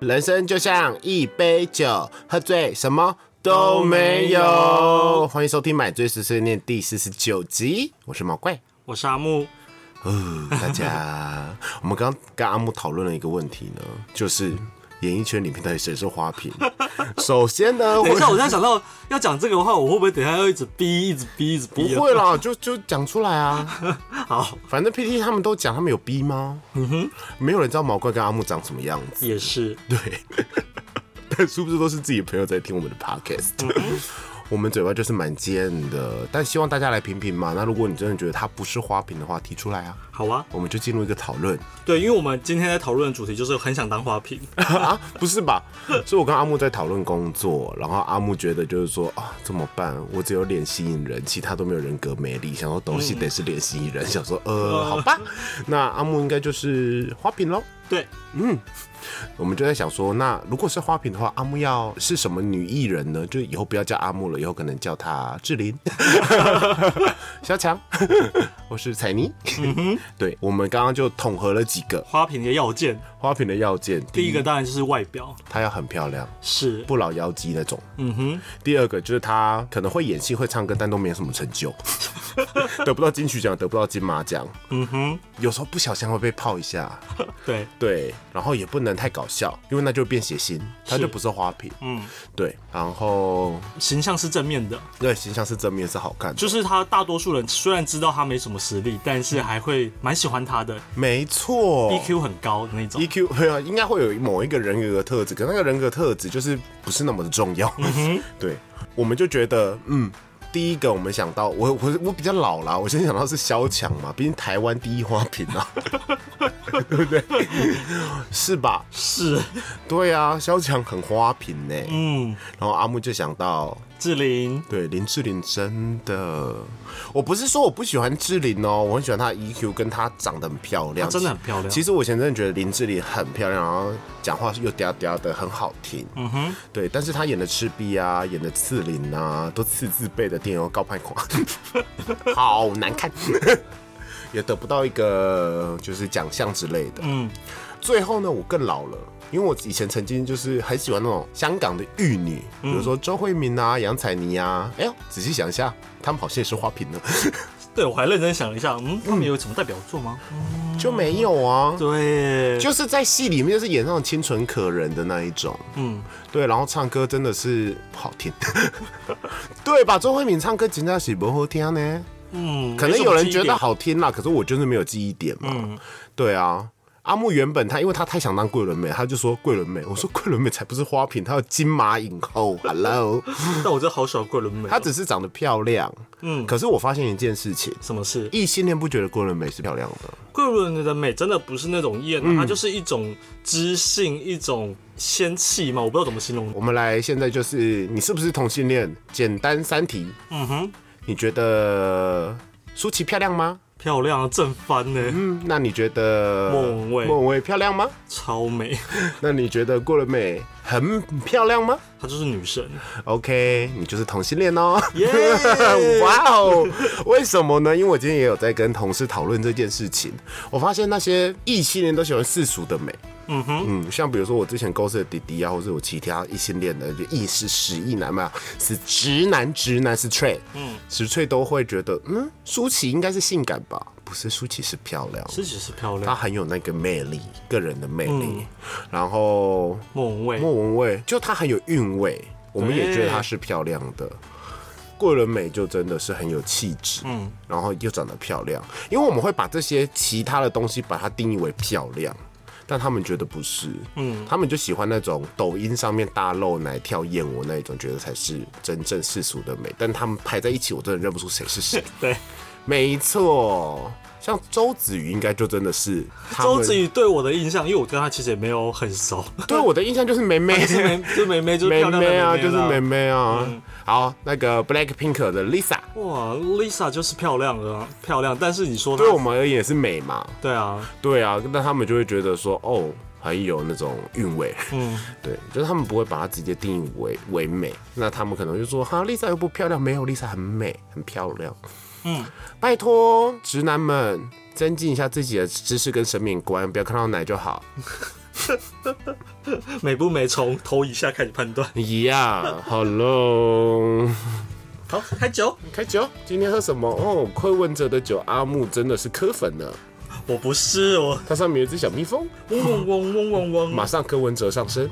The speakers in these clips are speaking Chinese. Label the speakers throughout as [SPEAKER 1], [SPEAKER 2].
[SPEAKER 1] 人生就像一杯酒，喝醉什么都没有。欢迎收听《买醉碎碎念》第四十九集，我是毛怪。
[SPEAKER 2] 我是阿 木，
[SPEAKER 1] 哦，大家， 我们刚跟阿木讨论了一个问题呢，就是演艺圈里面到底谁是花 瓶？首先呢，
[SPEAKER 2] 等一
[SPEAKER 1] 我
[SPEAKER 2] 下，我现在想到 要讲这个的话，我会不会等一下要一直逼，一直逼，一直
[SPEAKER 1] 不
[SPEAKER 2] 逼啊？
[SPEAKER 1] 会啦，就就讲出来啊。
[SPEAKER 2] 好，
[SPEAKER 1] 反正 PT 他们都讲他们有逼吗？嗯哼，没有人知道毛怪跟阿木长什么样子。
[SPEAKER 2] 也是，
[SPEAKER 1] 对，但殊不知都是自己朋友在听我们的 podcast。我 们嘴巴就是蛮尖的，但希望大家来评评嘛。那如果你真的觉得它不是花瓶的话，提出来啊，
[SPEAKER 2] 好啊。
[SPEAKER 1] 我们就进入一个讨论
[SPEAKER 2] 对，因为我们今天在讨论的主题就是很想当花瓶，
[SPEAKER 1] 啊，不是吧？所以我跟阿木在讨论工作，然后阿木觉得就是说啊，怎么办？我只有脸吸引人，其他都没有人格魅力。想说东西得是脸吸引人，想说呃，好吧， 那阿木应该就是花瓶喽。
[SPEAKER 2] 对，
[SPEAKER 1] 我们就在想说，那如果是花瓶的话，阿木要是什么女艺人呢？就以后不要叫阿木了，以后可能叫她志玲、 小强，我是彩妮。对，我们刚刚就统合了几个
[SPEAKER 2] 花瓶的要件，
[SPEAKER 1] 花瓶的要件。
[SPEAKER 2] 第一个，当然就是外表，
[SPEAKER 1] 她要很漂亮，
[SPEAKER 2] 是，
[SPEAKER 1] 嗯不老妖姬那种。
[SPEAKER 2] 嗯哼，
[SPEAKER 1] 第二个就是她可能会演戏、会唱歌，但都没有什么成 就，得不到金曲奖，得不到金马奖，
[SPEAKER 2] 嗯哼，
[SPEAKER 1] 有时候不小心会被泡一下。
[SPEAKER 2] 对，
[SPEAKER 1] 对，然后也不能太搞笑，因为那就变血腥，它就是不是花瓶。
[SPEAKER 2] 嗯，
[SPEAKER 1] 对，然后
[SPEAKER 2] 形象是正面的，
[SPEAKER 1] 对形象是正面是好看的，
[SPEAKER 2] 就是他大多数人虽然知道他没什么实力，但是还会蛮喜欢他的
[SPEAKER 1] 没错。
[SPEAKER 2] ，EQ 很高的那种，
[SPEAKER 1] EQ 对啊， 应该会有某一个人格的特质，可那个人格特质就是不是那么的重要。
[SPEAKER 2] 嗯
[SPEAKER 1] 对，我们就觉得，嗯，第一个我们想到，我我我比较老啦，我先想到是萧蔷嘛，毕竟台湾第一花瓶 啊，对不对？是吧？
[SPEAKER 2] 是，
[SPEAKER 1] 对啊，萧蔷很花瓶呢、
[SPEAKER 2] 嗯，
[SPEAKER 1] 然后阿木就想到
[SPEAKER 2] 志玲，
[SPEAKER 1] 对，林志玲真的，我不是说我不喜欢志玲哦，我很喜欢她的 EQ，跟她长得很漂亮，
[SPEAKER 2] 她啊真的很漂亮
[SPEAKER 1] 其实我以前真的觉得林志玲很漂亮，然后讲话又嗲嗲的，很好听。嗯哼，对，但是她演的《赤壁》啊，演的《刺陵》啊，都刺字辈的电影高派狂， 好难看， 也得不到一个就是奖项之类的。
[SPEAKER 2] 嗯，
[SPEAKER 1] 最后呢，我更老了。因为我以前曾经就是很喜欢那种香港的玉女，比如说周慧敏啊、杨采妮啊。哎呦，仔细想一下，她们好像也是花瓶呢，
[SPEAKER 2] 对我还认真想了一下，嗯，他们有什么代表作吗？
[SPEAKER 1] 就没有啊，
[SPEAKER 2] 对，
[SPEAKER 1] 就是在戏里面就是演那种清纯可人的那一种。
[SPEAKER 2] 嗯，
[SPEAKER 1] 对，然后唱歌真的是不好听， 对吧？周慧敏唱歌真的是不好听呢，
[SPEAKER 2] 嗯，
[SPEAKER 1] 可能有人觉
[SPEAKER 2] 没什么记忆
[SPEAKER 1] 得
[SPEAKER 2] 点，
[SPEAKER 1] 好听啦，可是我就是没有记忆点嘛。
[SPEAKER 2] 嗯，
[SPEAKER 1] 对啊，阿木原本他因为他太想当桂纶镁，他就说桂纶镁。我说桂纶镁才不是花瓶，她有金马影后。Hello，
[SPEAKER 2] 但我真的好喜欢桂纶镁哦。
[SPEAKER 1] 她只是长得漂亮。
[SPEAKER 2] 嗯，
[SPEAKER 1] 可是我发现一件事情，
[SPEAKER 2] 什么事？
[SPEAKER 1] 异性恋不觉得桂纶镁是漂亮的，
[SPEAKER 2] 桂纶镁的美真的不是那种艳啊，它就是一种知性，一种仙气嘛，我不知道怎么形容。
[SPEAKER 1] 我们来现在就是你是不是同性恋？简单三题，
[SPEAKER 2] 嗯哼，
[SPEAKER 1] 你觉得舒淇漂亮吗？
[SPEAKER 2] 漂亮啊，正翻呢，
[SPEAKER 1] 嗯，那你觉得
[SPEAKER 2] 莫文蔚
[SPEAKER 1] 莫文蔚漂亮吗？
[SPEAKER 2] 超美，
[SPEAKER 1] 那你觉得桂纶镁很漂亮吗
[SPEAKER 2] 她就是女神。
[SPEAKER 1] ？OK，你就是同性恋哦。
[SPEAKER 2] 耶
[SPEAKER 1] 哇哦！为什么呢？因为我今天也有在跟同事讨论这件事情，我发现那些异性恋都喜欢世俗的美。
[SPEAKER 2] 嗯哼，
[SPEAKER 1] 嗯，像比如说我之前勾射的弟弟啊，或者我其他异性恋的，就意识十亿男嘛，是直男，直男是 t r a 嗯，是 t r a 都会觉得，嗯，舒淇应该是性感吧？不是，舒淇是漂亮，
[SPEAKER 2] 是只是漂
[SPEAKER 1] 她
[SPEAKER 2] 亮。
[SPEAKER 1] 很有那个魅力，个人的魅
[SPEAKER 2] 嗯
[SPEAKER 1] 力。然后
[SPEAKER 2] 莫文蔚
[SPEAKER 1] 莫文蔚，就她很有韵味，我们也觉得她是漂亮的。桂纶镁就真的是很有气质，嗯，然后又长得漂亮，因为我们会把这些其他的东西把它定义为漂亮，但他们觉得不是，嗯，他们就喜欢那种抖音上面大露奶、跳艳舞那一种，觉得才是真正世俗的美，但他们排在一起，我真的认不出谁是 谁。
[SPEAKER 2] 对，
[SPEAKER 1] 没错，像周子瑜应该就真的是他们
[SPEAKER 2] 周子瑜对我的印象，因为我跟她其实也没有很熟，
[SPEAKER 1] 对我的印象就是梅梅，
[SPEAKER 2] 就是梅，就是梅梅，就是
[SPEAKER 1] 妹
[SPEAKER 2] 漂亮的
[SPEAKER 1] 妹
[SPEAKER 2] 梅
[SPEAKER 1] 啊，
[SPEAKER 2] 啦嗯
[SPEAKER 1] 就是妹。妹啊。好，那个 Black Pink 的 Lisa，
[SPEAKER 2] 哇，Lisa 就是漂亮啊，漂亮。但是你说她
[SPEAKER 1] 对我们而言也是美嘛。
[SPEAKER 2] 对啊，
[SPEAKER 1] 对啊，那他们就会觉得说，哦，很有那种韵味。
[SPEAKER 2] 嗯，
[SPEAKER 1] 对，就是他们不会把它直接定义为为美，那他们可能就说，哈，Lisa 又不漂亮，没有，Lisa 很美，很漂亮。
[SPEAKER 2] 嗯，
[SPEAKER 1] 拜托，直男们增进一下自己的知识跟审美观，不要看到奶就好。
[SPEAKER 2] 美不美从头以下开始判断。
[SPEAKER 1] 呀，好喽，
[SPEAKER 2] 好，开酒，
[SPEAKER 1] 开酒，今天喝什么？哦，会问者的酒，阿木真的是磕粉呢。
[SPEAKER 2] 我不是我，
[SPEAKER 1] 它上面有一只小蜜蜂，
[SPEAKER 2] 嗡嗡嗡嗡嗡嗡，
[SPEAKER 1] 马上柯文哲上身。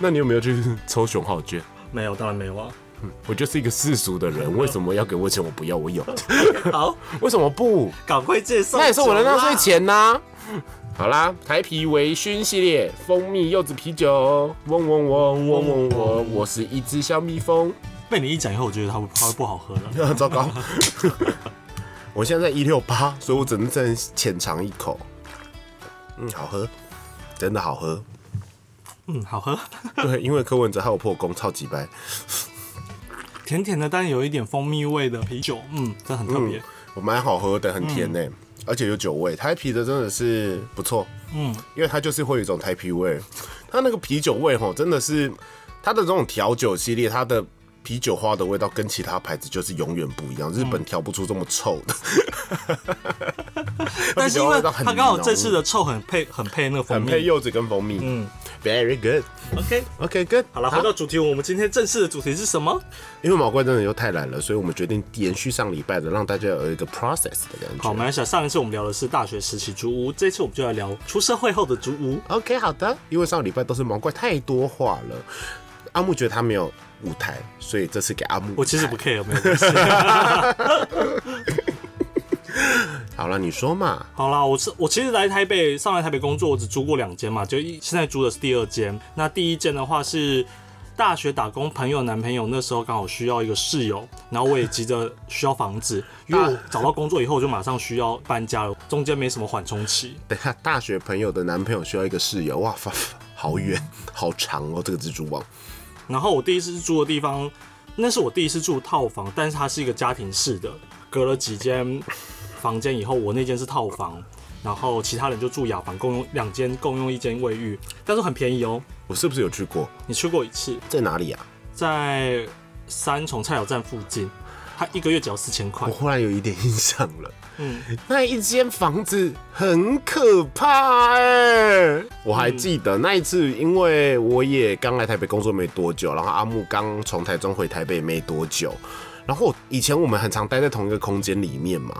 [SPEAKER 1] 那你有没有去抽熊浩券？
[SPEAKER 2] 没有，当然没有啊。
[SPEAKER 1] 我就是一个世俗的人，为什么要给我钱？我不要，我有，
[SPEAKER 2] 好，
[SPEAKER 1] 为什么不？
[SPEAKER 2] 赶快介绍，
[SPEAKER 1] 那也是我的纳税。钱呐、好啦，台啤微醺系列蜂蜜柚子啤酒，嗡嗡嗡嗡嗡嗡，我是一只小蜜蜂。
[SPEAKER 2] 被你一讲以后，我觉得它会它会不好喝了。
[SPEAKER 1] 糟糕，我现在在一六八，所以我只能再浅尝一口。嗯，好喝，真的好喝。
[SPEAKER 2] 嗯，好喝，
[SPEAKER 1] 对，因为柯文哲还有破功，超级白。
[SPEAKER 2] 甜甜的，但有一点蜂蜜味的啤酒，嗯，这很特别。
[SPEAKER 1] 我蛮好喝的，很
[SPEAKER 2] 嗯
[SPEAKER 1] 甜呢、而且有酒味。台啤的真的是不错，嗯，因为它就是会有一种台啤味，它那个啤酒味吼，真的是它的这种调酒系列，它的啤酒花的味道跟其他牌子就是永远不一
[SPEAKER 2] 嗯
[SPEAKER 1] 样，日本调不出这么臭的。
[SPEAKER 2] 但是 因为它刚好这次
[SPEAKER 1] 的
[SPEAKER 2] 的臭很配，很配那个蜂
[SPEAKER 1] 很配
[SPEAKER 2] 蜜。
[SPEAKER 1] 柚子跟蜂蜜，嗯，very good。
[SPEAKER 2] OK，
[SPEAKER 1] OK good，
[SPEAKER 2] 好了，回到主题，我们今天正式的主题是什么？
[SPEAKER 1] 因为毛怪真的又太懒了，所以我们决定延续上礼拜的，让大家有一个 process 的感觉。
[SPEAKER 2] 好，没关系啊。上一次我们聊的是大学时期租屋，这一次我们就来聊出社会后的租屋。
[SPEAKER 1] OK，好的。因为上礼拜都是毛怪太多话了，阿木觉得他没有舞台，所以这次给阿木舞台。
[SPEAKER 2] 我其 实不 care，没有关系。
[SPEAKER 1] 好了，你说嘛。
[SPEAKER 2] 好啦，我是我其实来台北上来台北工作，我只租过两间嘛，就一现在租的是第二间。那第一间的话是大学打工朋友男朋友那时候刚好需要一个室友，然后我也急着需要房子，因为我找到工作以后我就马上需要搬家了，中间没什么缓冲期。
[SPEAKER 1] 等一下，大学朋友的男朋友需要一个室友，哇，发好远，好长哦，这个蜘蛛网。
[SPEAKER 2] 然后我第一次住的地方，那是我第一次住套房，但是它是一个家庭式的，隔了几间房间以后，我那间是套房，然后其他人就住雅房，共用两间，共用一间卫浴，但是很便宜哦。
[SPEAKER 1] 我是不是有去过？
[SPEAKER 2] 你去过一次，
[SPEAKER 1] 在哪里啊？
[SPEAKER 2] 在三重菜鸟站附近，它一个月只要四千块
[SPEAKER 1] 我，忽然有一点印象了。
[SPEAKER 2] 嗯，
[SPEAKER 1] 那一间房子很可怕哎、我还记得那一次，因为我也刚来台北工作没多久，然后阿木刚从台中回台北没多久，然后以前我们很常待在同一个空间里面嘛。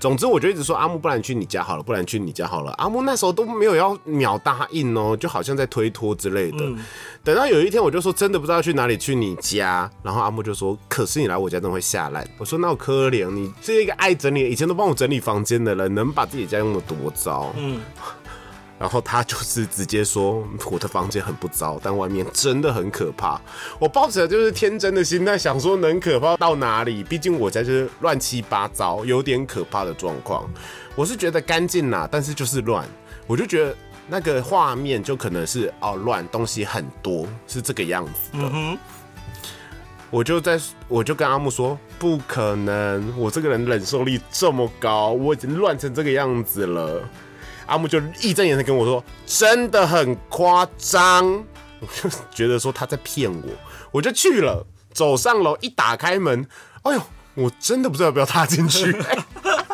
[SPEAKER 1] 总之，我就一直说阿木，不然你去你家好了，不然你去你家好了。阿木那时候都没有要秒答应哦、就好像在推脱之类的。等到有一天，我就说真的不知道去哪里去你家，然后阿木就说：“可是你来我家真的会下烂。”我说：“那我可怜你，这一个爱整理，以前都帮我整理房间的人，能把自己家用的多糟？”嗯。然后他就是直接说：“我的房间很不糟，但外面真的很可怕。”我抱着就是天真的心态，想说能可怕到哪里？毕竟我家就是乱七八糟，有点可怕的状况。我是觉得干净啦，但是就是乱，我就觉得那个画面就可能是哦乱，东西很多，是这个样子的。我就在，我就跟阿木说，不可能，我这个人忍受力这么高，我已经乱成这个样子了。阿木就义正言辞跟我说，真的很夸张。 我就觉得说他在骗我，我就去了，走上楼一打开门，哎呦，我真的不知道要不要踏进去。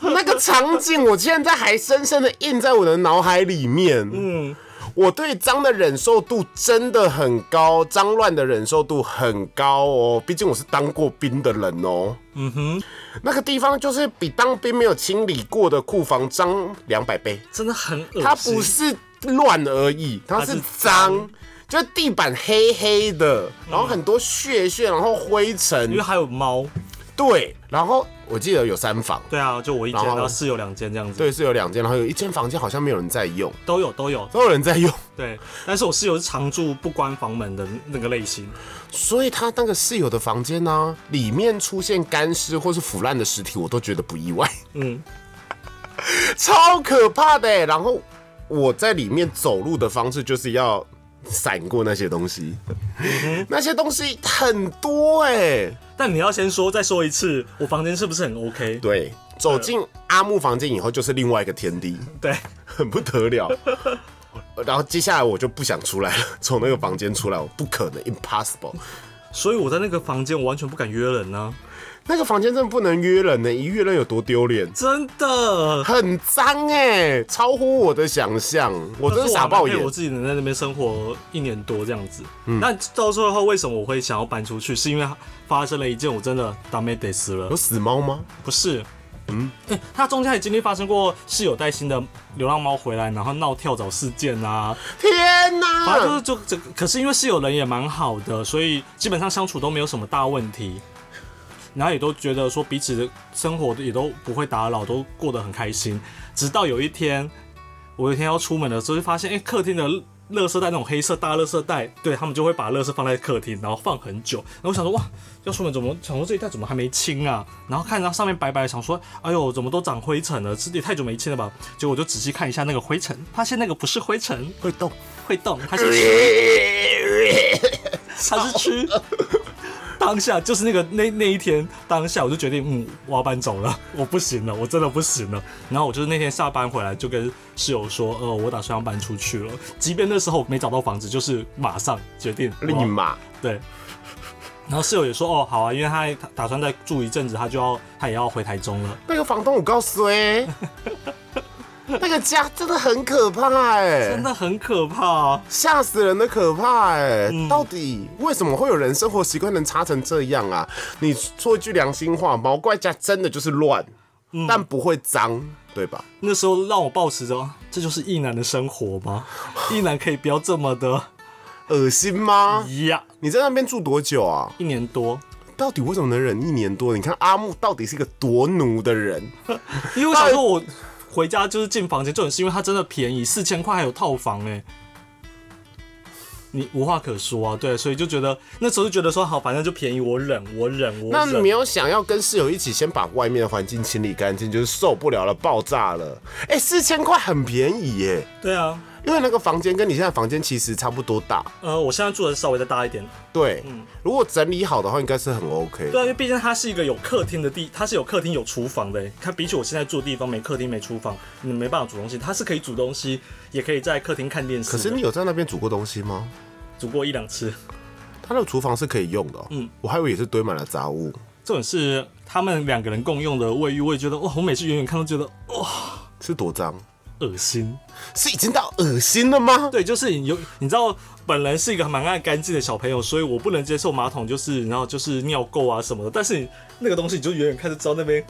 [SPEAKER 1] 那个场景，我现在还深深的印在我的脑海里面。嗯，我对脏的忍受度真的很高，脏乱的忍受度很高哦。毕竟我是当过兵的人哦。嗯哼，那个地方就是比当兵没有清理过的库房脏两百倍。
[SPEAKER 2] 真的很恶心。
[SPEAKER 1] 它不是乱而已，它是脏，就是地板黑黑的，然后很多血血，然后灰
[SPEAKER 2] 因
[SPEAKER 1] 尘
[SPEAKER 2] 为。还有猫。
[SPEAKER 1] 对，然后我记得有三房。
[SPEAKER 2] 对啊，就我一间，
[SPEAKER 1] 然后
[SPEAKER 2] 然后室友两间这样子。，
[SPEAKER 1] 对，是有两间，然后有一间房间好像没有人在用，
[SPEAKER 2] 都有都有。
[SPEAKER 1] 都有人在用，
[SPEAKER 2] 对，但是我室友是常住不关房门的那个类型。
[SPEAKER 1] 所以他那个室友的房间呢、里面出现干尸或是腐烂的尸体，我都觉得不意外，
[SPEAKER 2] 嗯，
[SPEAKER 1] 超可怕的欸。然后我在里面走路的方式就是要闪过那些东西，那些东西很多哎、
[SPEAKER 2] 但你要先说，再说一次，我房间是不是很 OK？
[SPEAKER 1] 对，走进阿木房间以后就是另外一个天地，
[SPEAKER 2] 对，
[SPEAKER 1] 很不得了。然后接下来我就不想出来了， 从那个房间出来，我不可能，impossible。
[SPEAKER 2] 所以我在那个房间，我完全不敢约人呢、啊
[SPEAKER 1] 那个房间真的不能约人欸呢、一约人有多丢脸，
[SPEAKER 2] 真的。
[SPEAKER 1] 很脏哎、超乎我的想象，我真
[SPEAKER 2] 但
[SPEAKER 1] 是
[SPEAKER 2] 是
[SPEAKER 1] 傻
[SPEAKER 2] 还
[SPEAKER 1] 爆
[SPEAKER 2] 佩服
[SPEAKER 1] 眼
[SPEAKER 2] 我。自己能在那边生活一年多这样子。那到最后为什么我会想要搬出去？是因为发生了一件我真的打妹得死了
[SPEAKER 1] 有。死猫吗？
[SPEAKER 2] 不是，嗯，他中间也经历发生过室友带新的流浪猫回来，然后闹跳蚤事件啊，
[SPEAKER 1] 天
[SPEAKER 2] 反正
[SPEAKER 1] 哪！
[SPEAKER 2] 就是就这个。可是因为室友人也蛮好的，所以基本上相处都没有什么大问题。然后也都觉得说彼此的生活也都不会打扰，都过得很开心。直到有一天，我有一天要出门的时候，就发现哎、诶客厅的垃圾袋那种黑色大垃圾袋，对他们就会把垃圾放在客厅，然后放很久。然后我想说哇，要出门怎么想说这一袋怎么还没清啊？然后看到上面白白，想说哎呦怎么都长灰尘了，这也太久没清了吧？结果我就仔细看一下那个灰尘，发现那个不是灰尘，
[SPEAKER 1] 会动。
[SPEAKER 2] 会动，它是它是蛆。 当下就是那个那那一天，当下我就决定，嗯，我要搬走了， 我不行了，我真的不行了。然后我就是那天下班回来就跟室友说，呃，我打算要搬出去了。即便那时候没找到房子，就是马上决定我
[SPEAKER 1] 立
[SPEAKER 2] 要
[SPEAKER 1] 马
[SPEAKER 2] 对。然后室友也说，哦，好啊，因为他他打算再住一阵子，他就要他也要回台中了。
[SPEAKER 1] 那个房东我告诉 哎，那个家真的很可怕哎、
[SPEAKER 2] 真的很可怕、啊，
[SPEAKER 1] 吓死人的可怕哎、
[SPEAKER 2] 嗯
[SPEAKER 1] 到底为什么会有人生活习惯能差成这样啊？你说一句良心话，毛怪家真的就是乱，
[SPEAKER 2] 嗯
[SPEAKER 1] 但不会脏，对吧？
[SPEAKER 2] 那时候让我抱持着，这就是异男的生活吗？异男可以不要这么的
[SPEAKER 1] 恶心吗？
[SPEAKER 2] 呀
[SPEAKER 1] 你在那边住多久啊？
[SPEAKER 2] 一年多，
[SPEAKER 1] 到底为什么能忍一年多？你看阿木到底是一个多奴的人，
[SPEAKER 2] 因为我想说我回家就是进房间，重点是因为它真的便宜，四千块还有套房哎、你无话可说啊，对，所以就觉得那时候就觉得说好，反正就便宜，我忍，我忍，我忍。
[SPEAKER 1] 那你没有想要跟室友一起先把外面的环境清理干净，就是受不了了，爆炸了。哎、四千块很便宜耶、
[SPEAKER 2] 对啊，
[SPEAKER 1] 因为那个房间跟你现在房间其实差不多大。
[SPEAKER 2] 呃，我现在住的稍微再大一点，
[SPEAKER 1] 对，如果整理好的话，应该是很 OK
[SPEAKER 2] 嗯对。啊，因为毕竟它是一个有客厅的地，它是有客厅有厨房的欸。它比起我现在住的地方没客厅没厨房，你没办法煮东西，它是可以煮东西，也可以在客厅看电视的。
[SPEAKER 1] 可是你有在那边煮过东西吗？
[SPEAKER 2] 煮过一两次，
[SPEAKER 1] 他的厨房是可以用的、嗯，我还以为也是堆满了杂物。
[SPEAKER 2] 这种是他们两个人共用的卫浴，我也觉得哇，我每次远远看都觉得哦
[SPEAKER 1] 是多脏，
[SPEAKER 2] 恶心。
[SPEAKER 1] 是已经到恶心了吗？
[SPEAKER 2] 对，就是你有，你知道，本人是一个蛮爱干净的小朋友，所以我不能接受马桶就是，然后就是尿垢啊什么的。但是你那个东西，你就远远看就知道那边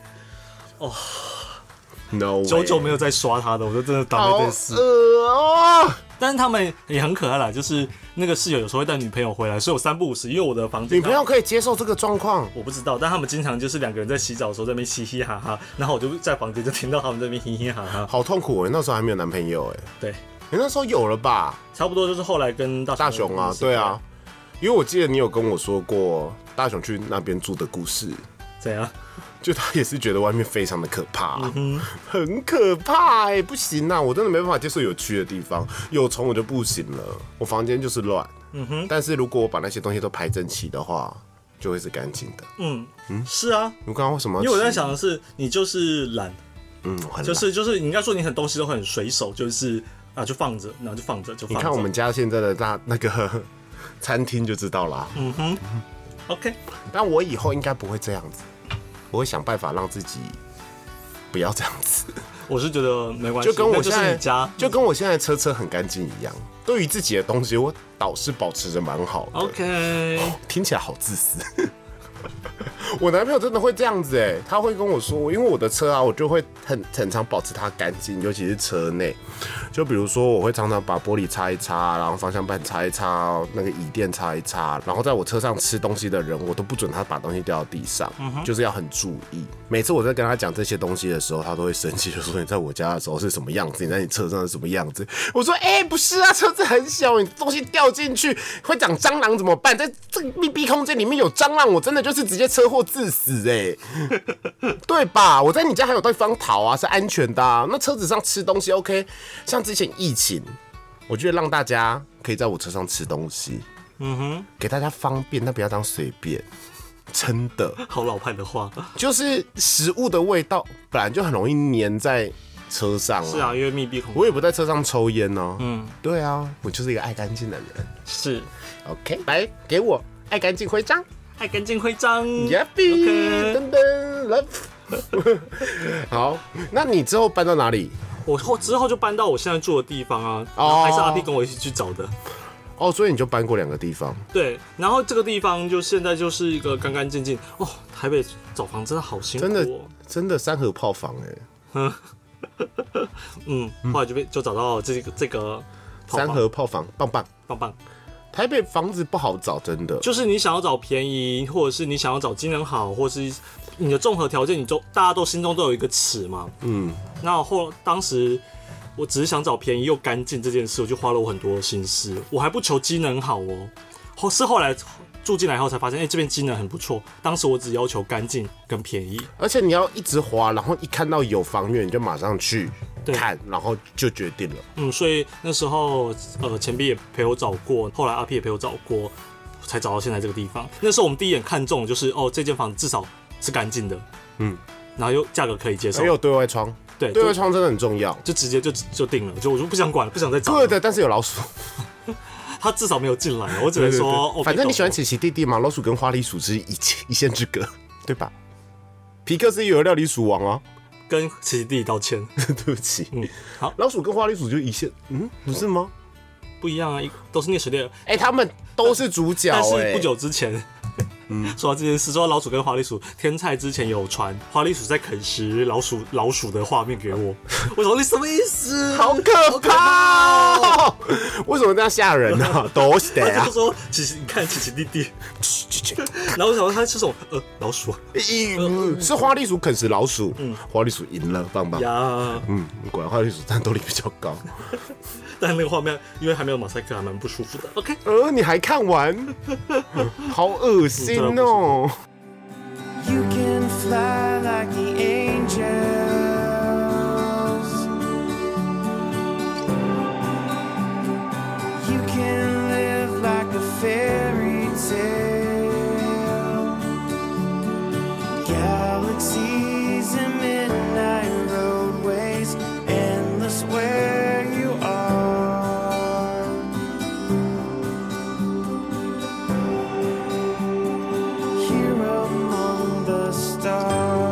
[SPEAKER 1] No，
[SPEAKER 2] 久久没
[SPEAKER 1] 有，
[SPEAKER 2] 有再刷它的，我就真的倒
[SPEAKER 1] 好
[SPEAKER 2] 霉
[SPEAKER 1] 恶
[SPEAKER 2] 得死。
[SPEAKER 1] 哦。
[SPEAKER 2] 但是他们也很可爱啦，就是那个室友有时候会带女朋友回来，所以我三不五时，因为我的房间
[SPEAKER 1] 女朋友可以接受这个状况，
[SPEAKER 2] 我不知道，但他们经常就是两个人在洗澡的时候在那边嘻嘻哈哈，然后我就在房间就听到他们在那边嘻嘻哈哈。
[SPEAKER 1] 好痛苦哎、那时候还没有男朋友哎、
[SPEAKER 2] 对，
[SPEAKER 1] 你那时候有了吧？
[SPEAKER 2] 差不多就是后来跟大
[SPEAKER 1] 大雄啊
[SPEAKER 2] 认，识
[SPEAKER 1] 对啊，，因为我记得你有跟我说过大雄去那边住的故事，
[SPEAKER 2] 怎样？
[SPEAKER 1] 就他也是觉得外面非常的可怕，很可怕哎、不行啊，我真的没办法接受有蛆的地方，有虫我就不行了，我房间就是乱。嗯哼，但是如果我把那些东西都排整齐的话，就会是干净的。
[SPEAKER 2] 嗯是啊，
[SPEAKER 1] 你刚刚为什么？
[SPEAKER 2] 因为我在，想的是，你就是懒，
[SPEAKER 1] 嗯，我很
[SPEAKER 2] 就
[SPEAKER 1] 懒
[SPEAKER 2] 是就是，你应该说你很东西都很随手，就是啊就放着，然后就放着就放着。
[SPEAKER 1] 你看我们家现在的大那个 餐厅就知道啦。
[SPEAKER 2] OK，
[SPEAKER 1] 但我以后应该不会这样子，我会想办法让自己不要这样子，
[SPEAKER 2] 我是觉得没关系，
[SPEAKER 1] 就跟我
[SPEAKER 2] 那
[SPEAKER 1] 现
[SPEAKER 2] 就是
[SPEAKER 1] 在
[SPEAKER 2] 你家
[SPEAKER 1] 就跟我现在车车很干净一样。对于自己的东西，我倒是保持着蛮好的。
[SPEAKER 2] OK，
[SPEAKER 1] 听起来好自私。 我男朋友真的会这样子哎、他会跟我说，因为我的车啊，我就会很很常保持它干净，尤其是车内。就比如说，我会常常把玻璃擦一擦，然后方向盘擦一擦，那个椅垫擦一擦，然后在我车上吃东西的人，我都不准他把东西掉到地上，
[SPEAKER 2] 嗯
[SPEAKER 1] 就是要很注意。每次我在跟他讲这些东西的时候，他都会生气，就 说你在我家的时候是什么样子，你在你车上是什么样子。我说，哎、不是啊，车子很小，你东西掉进去会长蟑螂怎么办？在这个密闭空间里面有蟑螂，我真的就是直接车祸致死哎、哎 对吧？我在你家还有地方逃啊，是安全的、啊。那车子上吃东西 OK，像之前疫情，我觉得让大家可以在我车上吃东西，嗯哼，给大家方便，但不要当随便。真的，
[SPEAKER 2] 好老派的话，
[SPEAKER 1] 就是食物的味道本来就很容易粘在车上、
[SPEAKER 2] 是啊，因为密闭恐惧
[SPEAKER 1] 我也不在车上抽烟呢、嗯，对啊，我就是一个爱干净的人。
[SPEAKER 2] 是
[SPEAKER 1] OK，来给我爱干净徽章。
[SPEAKER 2] 爱干净徽章。
[SPEAKER 1] Yappy，
[SPEAKER 2] 嗯 OK
[SPEAKER 1] 噔噔，Love。好，那你之后搬到哪里？
[SPEAKER 2] 我后之后就搬到我现在住的地方啊，然
[SPEAKER 1] 哦
[SPEAKER 2] 后还是阿 P 跟我一起去找的。
[SPEAKER 1] 哦，所以你就搬过两个地方。
[SPEAKER 2] 对，然后这个地方就现在就是一个干干净净哦。台北找房真的好辛苦、哦，
[SPEAKER 1] 真的真的三合炮房哎、
[SPEAKER 2] 嗯，后来就被就找到这个这个套
[SPEAKER 1] 三
[SPEAKER 2] 房
[SPEAKER 1] 合炮房棒棒。
[SPEAKER 2] 棒棒，
[SPEAKER 1] 台北房子不好找，真的。
[SPEAKER 2] 就是你想要找便宜，或者是你想要找机能好，或是你的综合条件，你都大家都心中都有一个尺嘛。
[SPEAKER 1] 嗯，
[SPEAKER 2] 那后当时我只是想找便宜又干净这件事，我就花了我很多的心思，我还不求机能好哦。后是后来住进来后才发现，哎、这边机能很不错。当时我只要求干净跟便宜，
[SPEAKER 1] 而且你要一直滑，然后一看到有房源你就马上去
[SPEAKER 2] 对
[SPEAKER 1] 看，然后就决定了。
[SPEAKER 2] 嗯，所以那时候呃，前辈也陪我找过，后来阿 P 也陪我找过，才找到现在这个地方。那时候我们第一眼看中的就是哦，这间房子至少是干净的，
[SPEAKER 1] 嗯，哎
[SPEAKER 2] 然后又价格可以接受
[SPEAKER 1] 还，有对外窗，
[SPEAKER 2] 对，
[SPEAKER 1] 哎对
[SPEAKER 2] 就
[SPEAKER 1] 外窗真的很重要。
[SPEAKER 2] 就直接就就定了，就我就不想管了，不想再找
[SPEAKER 1] 对
[SPEAKER 2] 了。
[SPEAKER 1] 的，但是有老鼠。
[SPEAKER 2] 他至少没有进来， 我只能说，哦
[SPEAKER 1] 反正你
[SPEAKER 2] 被
[SPEAKER 1] 喜欢
[SPEAKER 2] 动
[SPEAKER 1] 琪琪弟弟嘛，老鼠跟花栗鼠是一一线之隔，对吧？皮克斯也有料理鼠王啊，
[SPEAKER 2] 跟琪琪弟弟道歉，
[SPEAKER 1] 对不起，
[SPEAKER 2] 嗯，好，
[SPEAKER 1] 老鼠跟花栗鼠就一线，嗯，不是吗？
[SPEAKER 2] 不一样啊，一都是念实力，
[SPEAKER 1] 哎、他们都是主角、
[SPEAKER 2] 但
[SPEAKER 1] 哎，
[SPEAKER 2] 是不久之前。
[SPEAKER 1] 嗯
[SPEAKER 2] 说到这件事，说到老鼠跟花栗鼠，天菜之前有传花栗鼠在啃食老鼠老鼠的画面给我， 我说你什么意思？
[SPEAKER 1] 好可怕、哦！为什么这样吓人呢、 啊？都是的
[SPEAKER 2] 他
[SPEAKER 1] 呀
[SPEAKER 2] 就，说：“琪琪，你看琪琪弟弟。”然后我想说他是什么？呃，老鼠啊
[SPEAKER 1] 嗯是花栗鼠啃食老鼠，
[SPEAKER 2] 嗯
[SPEAKER 1] 花栗鼠赢了，棒棒。
[SPEAKER 2] 呀！
[SPEAKER 1] 嗯，果然花栗鼠战斗力比较高。
[SPEAKER 2] 但那个画面，因为还没有马赛克，还蛮不舒服的。OK，
[SPEAKER 1] 呃，你还看完？好恶心哦！
[SPEAKER 3] You can fly like the angels. You can live like a fairy tale. Galaxies and midnight roadways, endless where you are. here among the stars.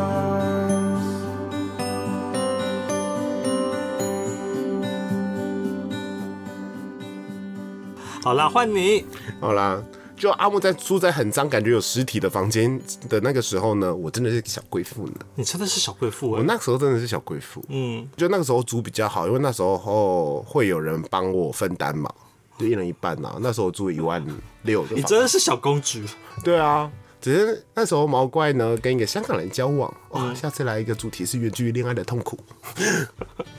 [SPEAKER 2] OK，好啦，换你。
[SPEAKER 1] 好啦，就阿木在住在很脏、感觉有尸体的房间的那个时候呢，我真的是小贵妇呢。
[SPEAKER 2] 你真的是小贵妇
[SPEAKER 1] 我
[SPEAKER 2] 哎。
[SPEAKER 1] 那时候真的是小贵妇，
[SPEAKER 2] 嗯，
[SPEAKER 1] 就那个时候租比较好，因为那时候会有人帮我分担嘛，就一人一半呐、那时候租一万六的房子，
[SPEAKER 2] 你真的是小公主。
[SPEAKER 1] 对啊，只是那时候毛怪呢跟一个香港人交往，哇、下次来一个主题是远距离恋爱的痛 苦。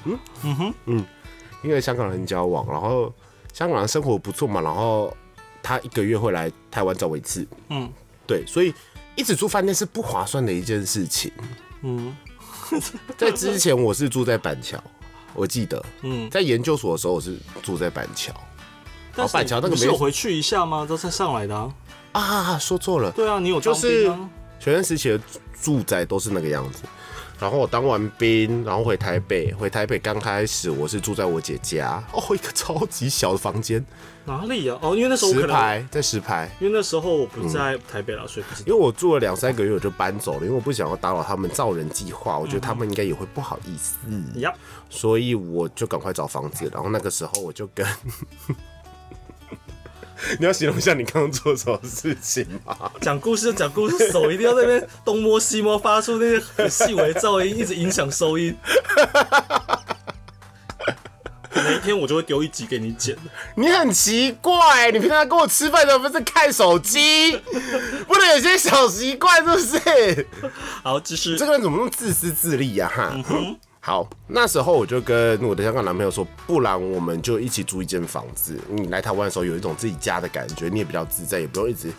[SPEAKER 1] 嗯嗯哼嗯，因为香港人交往，然后香港人生活不错嘛，然后他一个月会来台湾找我一次。
[SPEAKER 2] 嗯
[SPEAKER 1] 嗯，对，所以一直住饭店是不划算的一件事情。
[SPEAKER 2] 嗯
[SPEAKER 1] 在之前我是住在板桥，我记得
[SPEAKER 2] 嗯，
[SPEAKER 1] 在研究所的时候我是住在板桥
[SPEAKER 2] 但是
[SPEAKER 1] 哦板桥那个
[SPEAKER 2] 你不是
[SPEAKER 1] 没
[SPEAKER 2] 有回去一下吗？都才上来的啊。
[SPEAKER 1] 啊，说错了，
[SPEAKER 2] 对啊，你有
[SPEAKER 1] 就
[SPEAKER 2] 当
[SPEAKER 1] 是
[SPEAKER 2] 兵啊
[SPEAKER 1] 学生时期的住宅都是那个样子。然后我当完兵，然后回台北，回台北刚开始我是住在我姐家，哦，一个超级小的房间，
[SPEAKER 2] 哪里啊？哦，因为那时候我
[SPEAKER 1] 石嗯
[SPEAKER 2] 可能，
[SPEAKER 1] 排在石排。
[SPEAKER 2] 因为那时候我不在台北了，所以不知道。
[SPEAKER 1] 因为我住了两三个月我就搬走了，因为我不想要打扰他们造人计划，我觉得他们应该也会不好意思，
[SPEAKER 2] 呀，
[SPEAKER 1] 所以我就赶快找房子。然后那个时候我就跟， 你要形容一下你刚刚做什么事情吗？
[SPEAKER 2] 讲故事就讲故事，手一定要在那边东摸西摸，发出那些很细微的噪音，一直影响收音。哪一天我就会丢一集给你剪。
[SPEAKER 1] 你很奇怪，你平常跟我吃饭的时候不是看手 机，不能有些小习惯是不是？嗯
[SPEAKER 2] 好，继续
[SPEAKER 1] 这。个人怎么那么自私自利呀、哈、好，那时候我就跟我的香港男朋友说，不然我们就一起租一间房子。你来台湾的时候有一种自己家的感觉，你也比较自在，也不用一直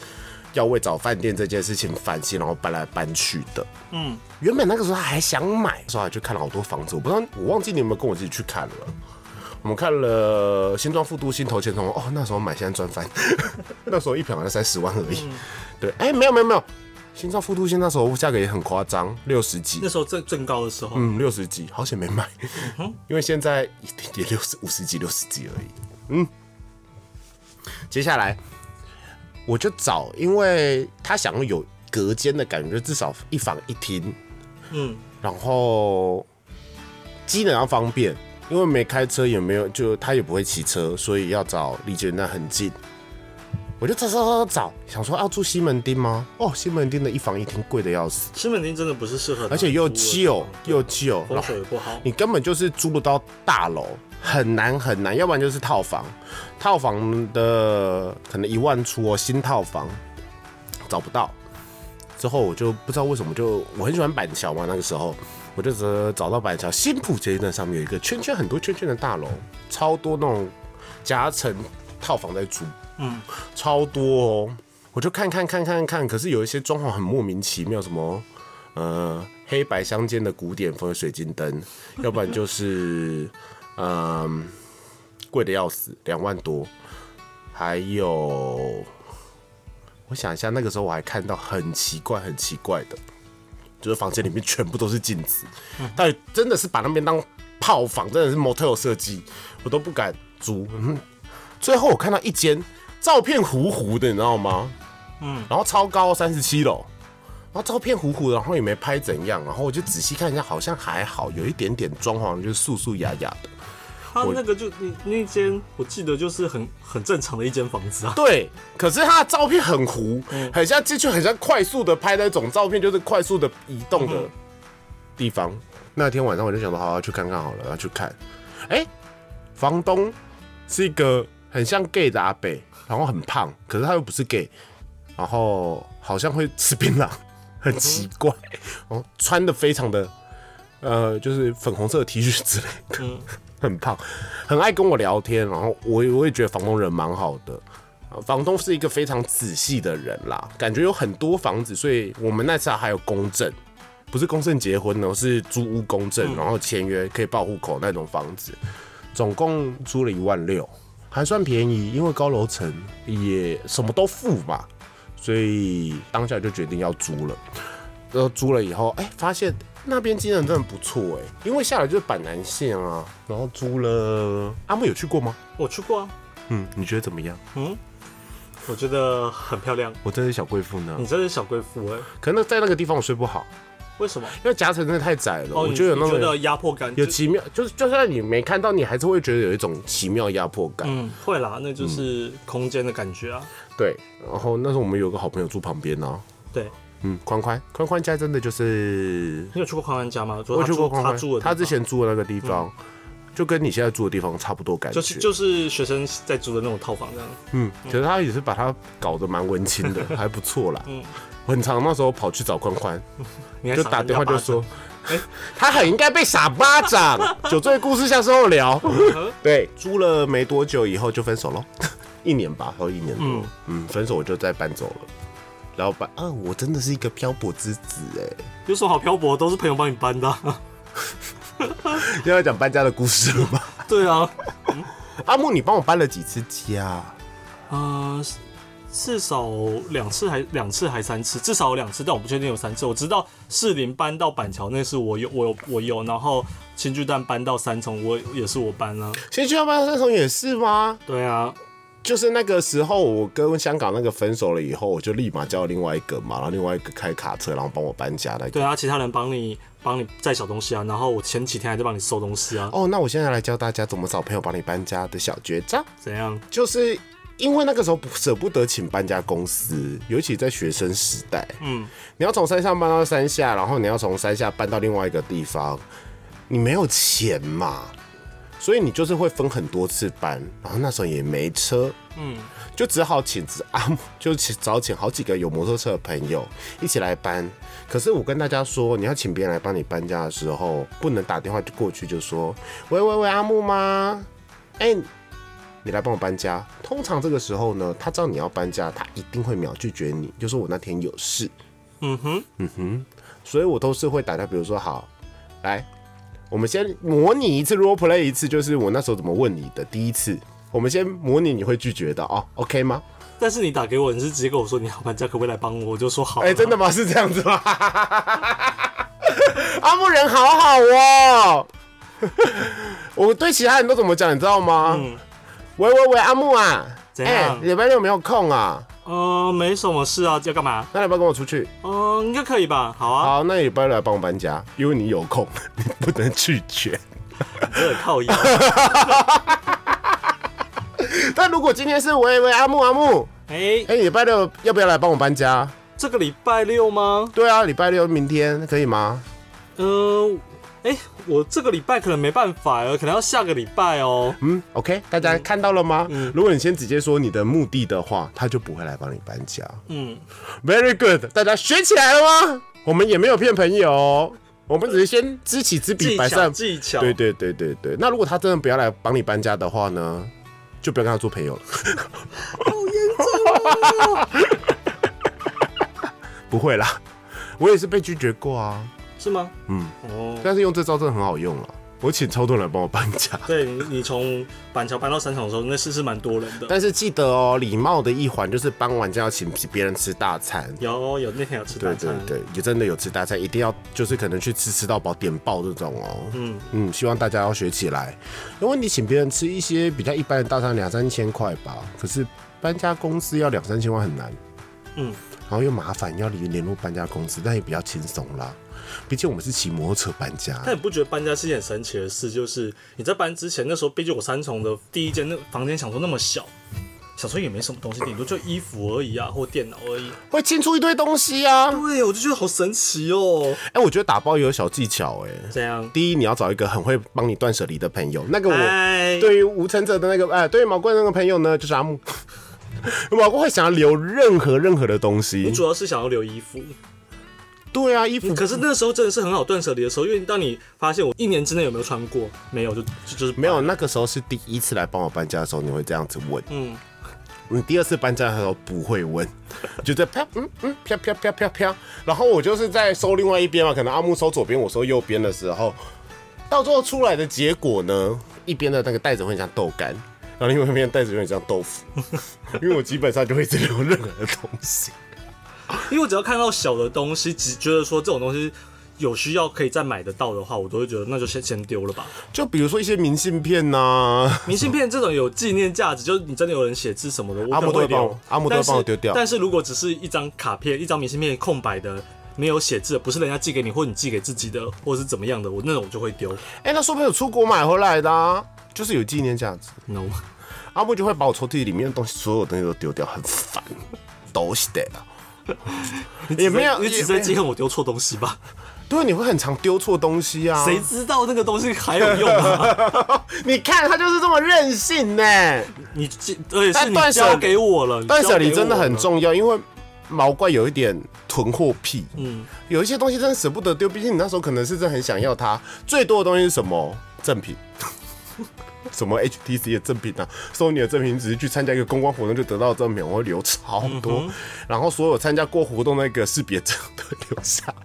[SPEAKER 1] 要为找饭店这件事情烦心，然后搬来搬去的。
[SPEAKER 2] 嗯，
[SPEAKER 1] 原本那个时候还想买，那时候还去看了好多房子，我不知道我忘记你有没有跟我自己去看了。我们看了新庄、副都、新头、前头，哦，那时候买，现在赚翻， 那时候一平好像三十万而已。对，哎、没有没有没有，新庄、副都、新那时候价格也很夸张，六十几
[SPEAKER 2] 那，时候正正高的时候，
[SPEAKER 1] 嗯，六十几，好险没买，因为现在也六十五十几、六十几而已。嗯，接下来我就找，因为他想要有隔间的感觉，至少一房一厅，
[SPEAKER 2] 嗯，
[SPEAKER 1] 然后机能要方便，因为没开车也没有，就他也不会骑车，所以要找离捷运站很近。我就找找找找找，想说要住西门町吗？哦，西门町的一房一厅贵的要死，
[SPEAKER 2] 西门町真的不是适合拿来租的，
[SPEAKER 1] 而且又旧又旧，
[SPEAKER 2] 风水也不好。
[SPEAKER 1] 你根本就是租不到大楼，很难很难，要不然就是套房，套房的可能一万出哦，新套房找不到。之后我就不知道为什么就我很喜欢板桥嘛，那个时候我就只找到板桥新浦捷运站上面有一个圈圈很多圈圈的大楼，超多那种夹层套房在租，
[SPEAKER 2] 嗯，
[SPEAKER 1] 超多哦。我就看看看看看，可是有一些装潢很莫名其妙，什么呃黑白相间的古典风的水晶灯， 要不然就是嗯贵的要死，两万多，还有我想一下，那个时候我还看到很奇怪、很奇怪的，就是房间里面全部都是镜子，但真的是把那边当炮房，真的是模特有设计，我都不敢租。嗯，最后我看到一间照片糊糊的，你知道吗？嗯，然后超高三十七楼，然后照片糊糊的，然后也没拍怎样，然后我就仔细看一下，好像还好，有一点点装潢就是素素雅雅的。
[SPEAKER 2] 他那个就你那间，我记得就是很很正常的一间房子啊。
[SPEAKER 1] 对，可是他的照片很糊，嗯很像进去，很像快速的拍那种照片，就是快速的移动的地方。那天晚上我就想说，好、啊，去看看好了，要去看。哎、房东是一个很像 gay 的阿北，然后很胖，可是他又不是 gay，然后好像会吃槟榔，很奇怪，然后穿的非常的，呃，就是粉红色的 T 恤之类的，
[SPEAKER 2] 嗯
[SPEAKER 1] 很胖，很爱跟我聊天，然后我也我也觉得房东人蛮好的。啊房东是一个非常仔细的人啦，感觉有很多房子，所以我们那次还有公证，不是公证结婚哦，是租屋公证，然后签约可以报户口那种房子，总共租了一万六，还算便宜，因为高楼层也什么都付嘛，所以当下就决定要租了。然后租了以后，哎、发现那边机能真的不错哎、因为下来就是板南线啊，然后租了。阿木有去过吗？
[SPEAKER 2] 我去过啊，
[SPEAKER 1] 嗯，你觉得怎么样？
[SPEAKER 2] 我觉得很漂亮。
[SPEAKER 1] 我真是小贵妇呢
[SPEAKER 2] 你，真的是小贵妇哎？
[SPEAKER 1] 可能在那个地方我睡不好，
[SPEAKER 2] 为什么？哦
[SPEAKER 1] 因为夹层真的太窄了，我
[SPEAKER 2] 你
[SPEAKER 1] 哦觉得有那
[SPEAKER 2] 你觉
[SPEAKER 1] 种
[SPEAKER 2] 得压迫感
[SPEAKER 1] 有
[SPEAKER 2] 就
[SPEAKER 1] 奇妙，就是就算你没看到，你还是会觉得有一种奇妙压迫感。
[SPEAKER 2] 嗯，会啦，那就是空间的感觉啊。
[SPEAKER 1] 对，然后那时候我们有个好朋友住旁边呢、啊，
[SPEAKER 2] 对，
[SPEAKER 1] 嗯，宽宽宽宽家真的就是
[SPEAKER 2] 你有去过宽宽家吗？
[SPEAKER 1] 我
[SPEAKER 2] 我
[SPEAKER 1] 去过宽
[SPEAKER 2] 他
[SPEAKER 1] 宽
[SPEAKER 2] 住的，地
[SPEAKER 1] 他
[SPEAKER 2] 方
[SPEAKER 1] 之前住的那个嗯地方，就跟你现在住的地方差不多感觉。
[SPEAKER 2] 就是就是学生在租的那种套房这样。
[SPEAKER 1] 嗯，可是他也是把它搞得蛮文青 的，还不错啦。
[SPEAKER 2] 嗯
[SPEAKER 1] 很常那时候跑去找宽宽，
[SPEAKER 2] 你还
[SPEAKER 1] 就
[SPEAKER 2] 赏
[SPEAKER 1] 打
[SPEAKER 2] 人
[SPEAKER 1] 电
[SPEAKER 2] 家
[SPEAKER 1] 话就
[SPEAKER 2] 巴掌
[SPEAKER 1] 说，他很应该被傻巴 掌。酒醉故事下时候聊。
[SPEAKER 2] 嗯
[SPEAKER 1] 对，租了没多久以后就分手喽， 一年吧，还有一年多。嗯
[SPEAKER 2] 嗯
[SPEAKER 1] 分手我就再搬走了。然后搬啊，我真的是一个漂泊之子哎、
[SPEAKER 2] 有什么好漂泊？都是朋友帮你搬的啊、
[SPEAKER 1] 要要讲搬家的故事了吗？
[SPEAKER 2] 对啊，
[SPEAKER 1] 阿木，你帮我搬了几次家？
[SPEAKER 2] 呃，至少两次还两次还三次，至少有两次，但我不确定有三次。我知道士林搬到板桥那是我有我有我有，然后青巨蛋搬到三重我也是我搬啊。
[SPEAKER 1] 先去要搬三重也是吗？
[SPEAKER 2] 对啊，
[SPEAKER 1] 就是那个时候，我跟香港那个分手了以后，我就立马叫另外一个嘛，然后另外一个开卡车，然后帮我搬家那个。
[SPEAKER 2] 对啊，其他人帮你帮你载小东西啊，然后我前几天还在帮你收东西啊，
[SPEAKER 1] 哦，那我现在来教大家怎么找朋友帮你搬家的小绝招，
[SPEAKER 2] 怎样？
[SPEAKER 1] 就是因为那个时候不舍不得请搬家公司，尤其在学生时代，
[SPEAKER 2] 嗯，
[SPEAKER 1] 你要从山上搬到山下，然后你要从山下搬到另外一个地方，你没有钱嘛，所以你就是会分很多次搬，然后那时候也没车，
[SPEAKER 2] 嗯，
[SPEAKER 1] 就只好请阿木， 就请找请好几个有摩托车的朋友一起来搬。可是我跟大家说，你要请别人来帮你搬家的时候，不能打电话就过去就说：“喂喂喂，阿木吗？哎、你来帮我搬家。”通常这个时候呢，他知道你要搬家，他一定会秒拒绝你，就说我那天有事。
[SPEAKER 2] 嗯哼，
[SPEAKER 1] 所以我都是会打他，比如说好，来，我们先模拟一次 role play 一次，就是我那时候怎么问你的第一次，我们先模拟你会拒绝的哦，OK 吗？
[SPEAKER 2] 但是你打给我，你是直接跟我说你要搬家，可不可以来帮我？我就说好啊。
[SPEAKER 1] 哎、真的吗？是这样子吗？ 阿木人好好哦、 我对其他人都怎么讲，你知道吗？
[SPEAKER 2] 嗯
[SPEAKER 1] 喂喂喂，阿木啊，
[SPEAKER 2] 怎样
[SPEAKER 1] 哎礼拜六有没有空啊？
[SPEAKER 2] 呃，没什么事啊，要干嘛？
[SPEAKER 1] 那你要不要跟我出去？
[SPEAKER 2] 嗯、应该可以吧？好啊，
[SPEAKER 1] 好，那你不要来帮我搬家，因为你有空， 你不能拒绝。
[SPEAKER 2] 有点靠腰。
[SPEAKER 1] 啊但如果今天是喂喂阿木阿木，
[SPEAKER 2] 哎、
[SPEAKER 1] 哎、礼拜六要不要来帮我搬家？
[SPEAKER 2] 这个礼拜六吗？
[SPEAKER 1] 对啊，礼拜六明天可以吗？
[SPEAKER 2] 嗯、哎、我这个礼拜可能没办法了，可能要下个礼拜哦。
[SPEAKER 1] 嗯，OK，大家看到了吗？如果你先直接说你的目的的话，他就不会来帮你搬家。
[SPEAKER 2] 嗯，
[SPEAKER 1] Very good，大家学起来了吗？我们也没有骗朋友哦，我们只是先知己知彼，
[SPEAKER 2] 技
[SPEAKER 1] 百
[SPEAKER 2] 巧
[SPEAKER 1] 战。
[SPEAKER 2] 技巧，
[SPEAKER 1] 对对对对对，那如果他真的不要来帮你搬家的话呢，就不要跟他做朋友了。好严啊重、 不会啦，我也是被拒绝过啊，
[SPEAKER 2] 是吗？嗯，哦，
[SPEAKER 1] 但是用这招真的很好用了。我请超多人来帮我搬家，
[SPEAKER 2] 对你你从板桥搬到三重的时候，那事是蛮多人的。
[SPEAKER 1] 但是记得哦，礼貌的一环就是搬完家要请别人吃大餐。
[SPEAKER 2] 有有那天有吃大
[SPEAKER 1] 对
[SPEAKER 2] 餐
[SPEAKER 1] 对，对，也真的有吃大餐，一定要就是可能去吃吃到饱点爆这种哦、嗯嗯，希望大家要学起来，因为你请别人吃一些比较一般的大餐，两三千块吧，可是搬家公司要两三千万很难，
[SPEAKER 2] 嗯，
[SPEAKER 1] 然后又麻烦，要联联络搬家公司，但也比较轻松啦。毕竟我们是骑摩托车搬家，
[SPEAKER 2] 嗯但你不觉得搬家是一件很神奇的事？就是你在搬之前，那时候毕竟我三重的第一间那房间，想说那么小，想说也没什么东西，顶多就衣服而已啊，或电脑而已。
[SPEAKER 1] 会清出一堆东西啊。
[SPEAKER 2] 对，我就觉得好神奇哦。
[SPEAKER 1] 哎、我觉得打包也有小技巧哎、
[SPEAKER 2] 这样，
[SPEAKER 1] 第一，你要找一个很会帮你断舍离的朋友。那个
[SPEAKER 2] 哎
[SPEAKER 1] 我对于吴承泽的那个，哎，对于毛怪的那个朋友呢，就是阿木。 毛怪会想要留任何任何的东
[SPEAKER 2] 你
[SPEAKER 1] 西，
[SPEAKER 2] 主要是想要留衣服，
[SPEAKER 1] 对啊，衣服。
[SPEAKER 2] 可是那时候真的是很好断舍离的时候，因为当你发现我一年之内有没有穿过，没有就就就是
[SPEAKER 1] 没有，那个时候是第一次来帮我搬家的时候，你会这样子问。
[SPEAKER 2] 嗯，
[SPEAKER 1] 你第二次搬家的时候不会问， 就在啪嗯嗯啪啪啪啪啪，然后我就是在收另外一边嘛，可能阿木收左边，我收右边的时候，到最后出来的结果呢，一边的那个袋子会很像豆干，然后另外一边的袋子有点像豆腐，因为我基本上就会一直留任何的东西。
[SPEAKER 2] 因为我只要看到小的东西，只觉得说这种东西有需要可以再买得到的话，我都会觉得那就先先丢了吧。
[SPEAKER 1] 就比如说一些明信片呐、
[SPEAKER 2] 明信片这种有纪念价值，就是你真的有人写字什么的，我
[SPEAKER 1] 阿
[SPEAKER 2] 可
[SPEAKER 1] 姆
[SPEAKER 2] 能
[SPEAKER 1] 都
[SPEAKER 2] 会
[SPEAKER 1] 会帮
[SPEAKER 2] 留
[SPEAKER 1] 我。阿姆都会
[SPEAKER 2] 但是
[SPEAKER 1] 帮我丢掉
[SPEAKER 2] 但是如果只是一张卡片、一张明信片空白的，没有写字的，不是人家寄给你，或你寄给自己的，或是怎么样的，我那种我就会丢。
[SPEAKER 1] 哎、那说不定有出国买回来的、啊，就是有纪念价值。
[SPEAKER 2] No，
[SPEAKER 1] 阿木就会把我抽屉里面的东西，所有东西都丢掉，很烦，都是的啊。也没有，
[SPEAKER 2] 你只是在
[SPEAKER 1] 也没
[SPEAKER 2] 记
[SPEAKER 1] 有
[SPEAKER 2] 恨我丢错东西吧？
[SPEAKER 1] 对，啊你会很常丢错东西啊。
[SPEAKER 2] 谁知道那个东西还有 用啊？
[SPEAKER 1] 你看他就是这么任性呢。
[SPEAKER 2] 你寄，而且是
[SPEAKER 1] 但
[SPEAKER 2] 你
[SPEAKER 1] 断舍
[SPEAKER 2] 交给我了，
[SPEAKER 1] 断舍离
[SPEAKER 2] 你交给
[SPEAKER 1] 真的
[SPEAKER 2] 我
[SPEAKER 1] 很
[SPEAKER 2] 了。
[SPEAKER 1] 重要，因为毛怪有一点囤货癖，
[SPEAKER 2] 嗯，
[SPEAKER 1] 有一些东西真的舍不得丢，毕竟你那时候可能是真的很想要它。最多的东西是什么？赠品。 什么 HTC 的赠品啊，Sony 的赠品，你只是去参加一个公关活动就得到赠品，我会留超多。
[SPEAKER 2] 嗯
[SPEAKER 1] 然后所有参加过活动那个识别证都会留下来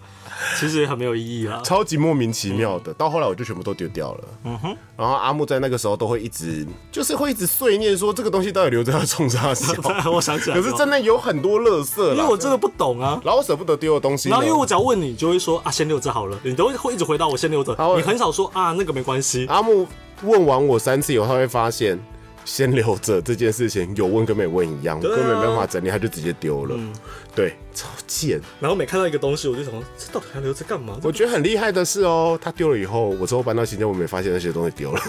[SPEAKER 2] 其实也很没有意义啊。
[SPEAKER 1] 超级莫名其妙
[SPEAKER 2] 嗯
[SPEAKER 1] 的。到后来我就全部都丢掉了。嗯哼。然后阿木在那个时候都会一直，就是会一直碎念说这个东西到底留着要冲啥 笑。
[SPEAKER 2] 我想起来
[SPEAKER 1] 可
[SPEAKER 2] 了，
[SPEAKER 1] 是真的有很多垃圾啦，
[SPEAKER 2] 因为我真的不懂啊。
[SPEAKER 1] 然后舍不得丢的东西呢。
[SPEAKER 2] 然后因为我只要问你，你就会说啊，先留着好了，你都会一直回答我先留着
[SPEAKER 1] 好，
[SPEAKER 2] 你很少说啊那个没关系。
[SPEAKER 1] 阿木问完我三次以后，他会发现。先留着这件事情，有问跟没问一样，我
[SPEAKER 2] 对啊嗯
[SPEAKER 1] 根本没办法整理，他就直接丢了。对，超贱。
[SPEAKER 2] 然后每看到一个东西，我就想说这到底还留着干嘛？
[SPEAKER 1] 我觉得很厉害的是哦，他丢了以后，我之后搬到新家，我没发现那些东西丢了，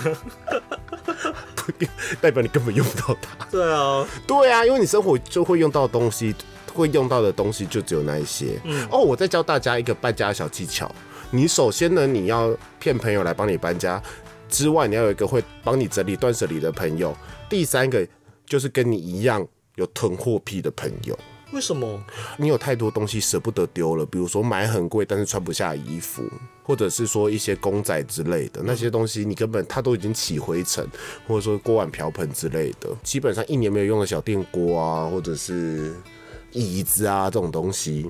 [SPEAKER 1] 代表你根本用不到它。
[SPEAKER 2] 对啊，
[SPEAKER 1] 对啊，因为你生活就会用到的东西，会用到的东西就只有那一些。哦，我再教大家一个搬家的小技巧。你首先呢，你要骗朋友来帮你搬家，之外你要有一个会帮你整理断舍离的朋友。第三个就是跟你一样有囤货癖的朋友。
[SPEAKER 2] 为什么？
[SPEAKER 1] 你有太多东西舍不得丢了，比如说买很贵但是穿不下的衣服，或者是说一些公仔之类的那些东西，你根本它都已经起灰尘，或者说锅碗瓢盆之类的，基本上一年没有用的小电锅啊，或者是椅子啊这种东西，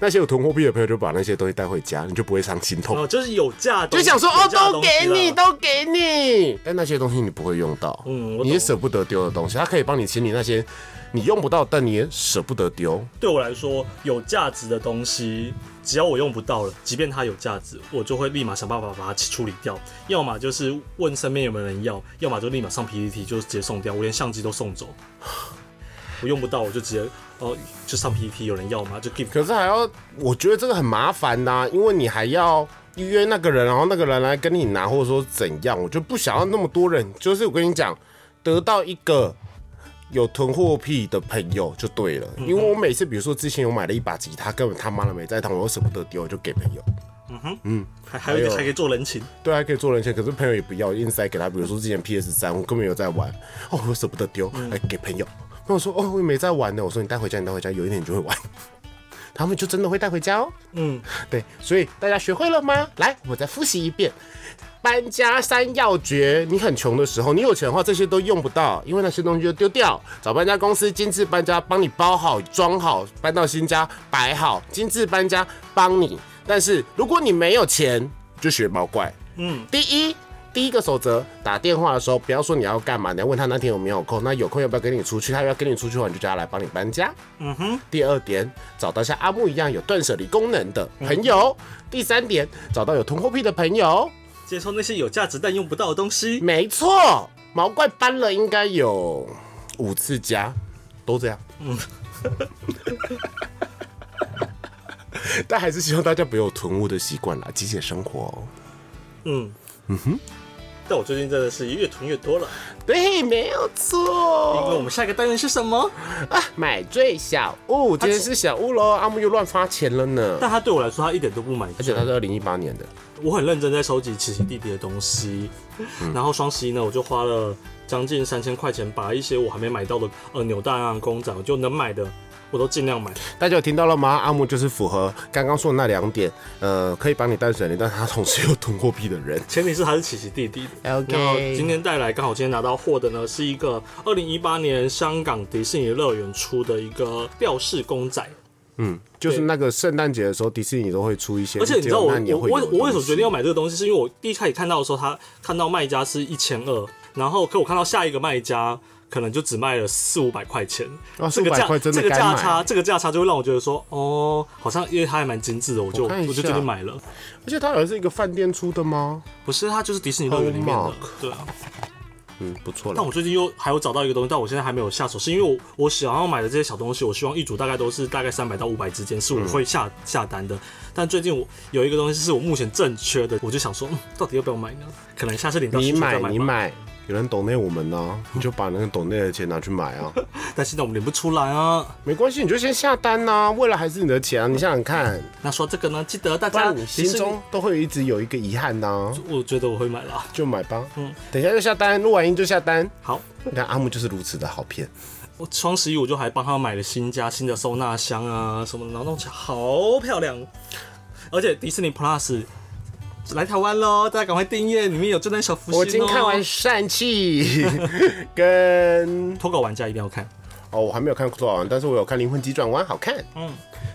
[SPEAKER 1] 那些有囤货币的朋友就把那些东西带回家，你就不会伤心痛。
[SPEAKER 2] 哦，就是有价，
[SPEAKER 1] 就想说哦
[SPEAKER 2] 有，价
[SPEAKER 1] 都
[SPEAKER 2] 的东
[SPEAKER 1] 给
[SPEAKER 2] 西啦
[SPEAKER 1] 你，都给你。但那些东西你不会用到，
[SPEAKER 2] 嗯我懂
[SPEAKER 1] 你也舍不得丢的东西，它可以帮你清理那些你用不到但你也舍不得丢。
[SPEAKER 2] 对我来说有价值的东西，只要我用不到了，即便它有价值，我就会立马想办法把它处理掉。要么就是问身边有没有人要，要么就立马上 PPT 就直接送掉，我连相机都送走。我用不到，我就直接哦就上 PPT，有人要吗？就 give
[SPEAKER 1] 可是还要，我觉得这个很麻烦呐、因为你还要预约那个人，然后那个人来跟你拿，或者说怎样，我就不想要那么多人。就是我跟你讲，得到一个有囤货癖的朋友就对了，因为我每次比如说之前有买了一把吉他，根本他妈的没在弹，我又舍不得丢，我就给朋友。
[SPEAKER 2] 还还有
[SPEAKER 1] 还
[SPEAKER 2] 一个
[SPEAKER 1] 有
[SPEAKER 2] 还可以做人情，
[SPEAKER 1] 对啊，还可以做人钱，可是朋友也不要，硬塞给他。比如说之前 PS 三，我根本没有在玩，哦，我舍不得丢，哎、给朋友。朋友说，哦，我也没在玩呢。我说你带回家，你带回家，有一天你就会玩。 他们就真的会带回家哦。
[SPEAKER 2] 嗯，
[SPEAKER 1] 对，所以大家学会了吗？来，我再复习一遍。搬家三要诀：你很穷的时候，你有钱的话，这些都用不到，因为那些东西就丢掉。找搬家公司，精致搬家帮你包好、装好，搬到新家摆好，精致搬家帮你。但是如果你没有钱，就学毛怪。嗯，第一。第一个守则，打电话的时候不要说你要干嘛，你要问他那天有没有空，那有空要不要跟你出去？他要跟你出去的话，你就叫他来帮你搬家。第二点，找到像阿木一样有断舍离功能的朋友；第三点，找到有囤货癖的朋友。
[SPEAKER 2] 接受那些有价值但用不到的东西。
[SPEAKER 1] 没错，毛怪搬了应该有五次家，都这样。嗯， 但还是希望大家不要有囤物的习惯啦，极简生活、哦。
[SPEAKER 2] 嗯嗯哼，但我最近真的是越囤越多了，
[SPEAKER 1] 对，没有
[SPEAKER 2] 因为我
[SPEAKER 1] 错。
[SPEAKER 2] 们下一个单元是什么？
[SPEAKER 1] 啊，买最小物，今天是小物喽。阿木又乱发钱了呢，
[SPEAKER 2] 但它对我来说，它一点都不满
[SPEAKER 1] 而
[SPEAKER 2] 足。
[SPEAKER 1] 且他是二零一八年的。
[SPEAKER 2] 我很认真在收集奇奇弟弟的东西，然后双十一呢，我就花了将近三千块钱，把一些我还没买到的呃扭蛋啊、公仔，我就能买的我都尽量买。
[SPEAKER 1] 大家有听到了吗？阿木就是符合刚刚说的那两点，呃，可以帮你断舍离，但他同时又囤货币的人。
[SPEAKER 2] 前提是它是奇奇弟弟的。
[SPEAKER 1] OK
[SPEAKER 2] 然后今天带来刚好今天拿到货的呢，是一个二零一八年香港迪士尼乐园出的一个吊饰公仔。
[SPEAKER 1] 嗯，就是那个圣诞节的时候，迪士尼都会出一些，
[SPEAKER 2] 而且你知道我
[SPEAKER 1] 只有那年
[SPEAKER 2] 我
[SPEAKER 1] 会有
[SPEAKER 2] 我
[SPEAKER 1] 的
[SPEAKER 2] 我为什么决定
[SPEAKER 1] 东
[SPEAKER 2] 要
[SPEAKER 1] 西？
[SPEAKER 2] 买这个东西，是因为我第一开始看到的时候，他看到卖家是一千二，然后可我看到下一个卖家可能就只卖了四五百块钱，
[SPEAKER 1] 啊
[SPEAKER 2] 这个
[SPEAKER 1] 400
[SPEAKER 2] 价
[SPEAKER 1] 块真的
[SPEAKER 2] 这个
[SPEAKER 1] 该
[SPEAKER 2] 价
[SPEAKER 1] 买
[SPEAKER 2] 差这个价差就会让我觉得说，哦，好像因为它还蛮精致的，我就
[SPEAKER 1] 我看一
[SPEAKER 2] 我
[SPEAKER 1] 下
[SPEAKER 2] 就决定买了。
[SPEAKER 1] 而且它好像是一个饭店出的吗？
[SPEAKER 2] 不是，它就是迪士尼乐园里面的
[SPEAKER 1] Hallmark，
[SPEAKER 2] 对啊。
[SPEAKER 1] 嗯，不错
[SPEAKER 2] 但
[SPEAKER 1] 了
[SPEAKER 2] 我。最近又还有找到一个东西，但我现在还没有下手，是因为我我想要买的这些小东西，我希望一组大概都是大概三百到五百之间，是
[SPEAKER 1] 嗯
[SPEAKER 2] 我会下、下单的。但最近我有一个东西是我目前正缺的，我就想说，嗯，到底要不要买呢？可能下次领到
[SPEAKER 1] 你
[SPEAKER 2] 薪水再
[SPEAKER 1] 买
[SPEAKER 2] 买吧
[SPEAKER 1] 你，买，有人懂内我们呢、你就把那个懂内的钱拿去买啊，
[SPEAKER 2] 但现在我们领不出来啊。
[SPEAKER 1] 没关系，你就先下单呐、未来还是你的钱啊，你想想看，
[SPEAKER 2] 那说这个呢，记得大
[SPEAKER 1] 不
[SPEAKER 2] 家
[SPEAKER 1] 然你心
[SPEAKER 2] 其实
[SPEAKER 1] 中都会一直有一个遗憾呐、啊
[SPEAKER 2] 我觉得我会买啦。
[SPEAKER 1] 就买吧，
[SPEAKER 2] 嗯
[SPEAKER 1] 嗯，等一下就下单，录完音就下单。
[SPEAKER 2] 好，
[SPEAKER 1] 你看阿木就是如此的好骗。
[SPEAKER 2] 我双十一我就还帮他买了新家、新的收纳箱啊什么的，然后弄起来好漂亮。而且迪士尼 Plus 来台湾喽，大家赶快订阅，里面有这段小福星、哦。
[SPEAKER 1] 我今天看完《疝 气》跟
[SPEAKER 2] 投稿玩家一定要看。
[SPEAKER 1] 哦，我还没有看《多少但是我有看《灵魂急转弯》，好看。
[SPEAKER 2] 嗯
[SPEAKER 1] 嗯，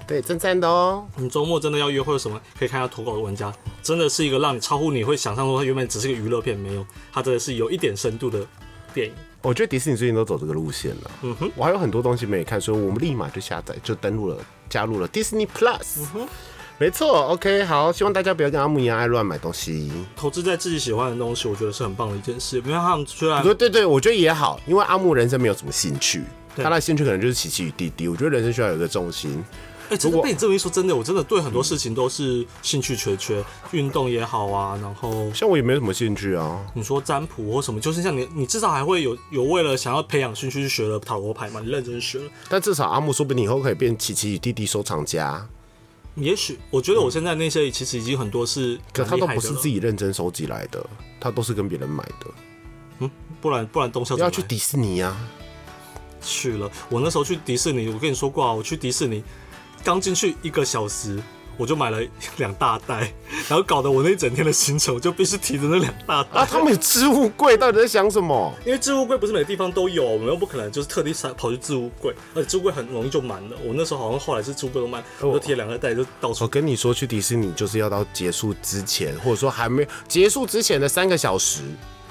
[SPEAKER 1] 对，赞赞的哦。
[SPEAKER 2] 你周末真的要约会什么，可以看一下投稿的玩家，真的是一个让你超乎你会想象说它原本只是个娱乐片，没有，它真的是有一点深度的电影。
[SPEAKER 1] 我觉得迪士尼最近都走这个路线了。嗯哼，我还有很多东西没看，所以我们立马就下载，就登录了，加入了 Disney Plus。没错，OK，好，希望大家不要跟阿木一样爱乱买东西。
[SPEAKER 2] 投资在自己喜欢的东西，我觉得是很棒的一件事。因为他们虽然
[SPEAKER 1] 对对对，我觉得也好，因为阿木人生没有什么兴趣，
[SPEAKER 2] 对
[SPEAKER 1] 他的兴趣可能就是奇奇与弟弟。我觉得人生需要有一个重心。
[SPEAKER 2] 哎、真
[SPEAKER 1] 如果
[SPEAKER 2] 的
[SPEAKER 1] 嗯
[SPEAKER 2] 被你这么一说，真的，我真的对很多事情都是兴趣缺缺，运动也好啊，然后
[SPEAKER 1] 像我也没什么兴趣啊，
[SPEAKER 2] 你说占卜或什么，就是像你，你至少还会有有为了想要培养兴趣去学了塔罗牌嘛，你认真学了。
[SPEAKER 1] 但至少阿木说不定以后可以变奇奇与弟弟收藏家。
[SPEAKER 2] 也许我觉得我现在那些其实已经很多是
[SPEAKER 1] 嗯可
[SPEAKER 2] 蛮
[SPEAKER 1] 他
[SPEAKER 2] 厉
[SPEAKER 1] 都
[SPEAKER 2] 害
[SPEAKER 1] 不
[SPEAKER 2] 的
[SPEAKER 1] 是
[SPEAKER 2] 了
[SPEAKER 1] 自己认真收集来的，他都是跟别人买的。
[SPEAKER 2] 不然不然东校怎么
[SPEAKER 1] 要
[SPEAKER 2] 来
[SPEAKER 1] 去迪士尼啊，
[SPEAKER 2] 去了。我那时候去迪士尼，我跟你说过啊，我去迪士尼刚进去一个小时，我就买了两大袋，然后搞得我那一整天的行程，我就必须提着那两大袋。
[SPEAKER 1] 啊，他们有置物柜，到底在想什么？
[SPEAKER 2] 因为置物柜不是每个地方都有，我们又不可能就是特地塞跑去置物柜，而且置物柜很容易就满了。我那时候好像后来是置物柜都满，
[SPEAKER 1] 哦
[SPEAKER 2] 我就提了两个袋就到
[SPEAKER 1] 我
[SPEAKER 2] 处。
[SPEAKER 1] 跟你说，去迪士尼就是要到结束之前，或者说还没结束之前的三个小时，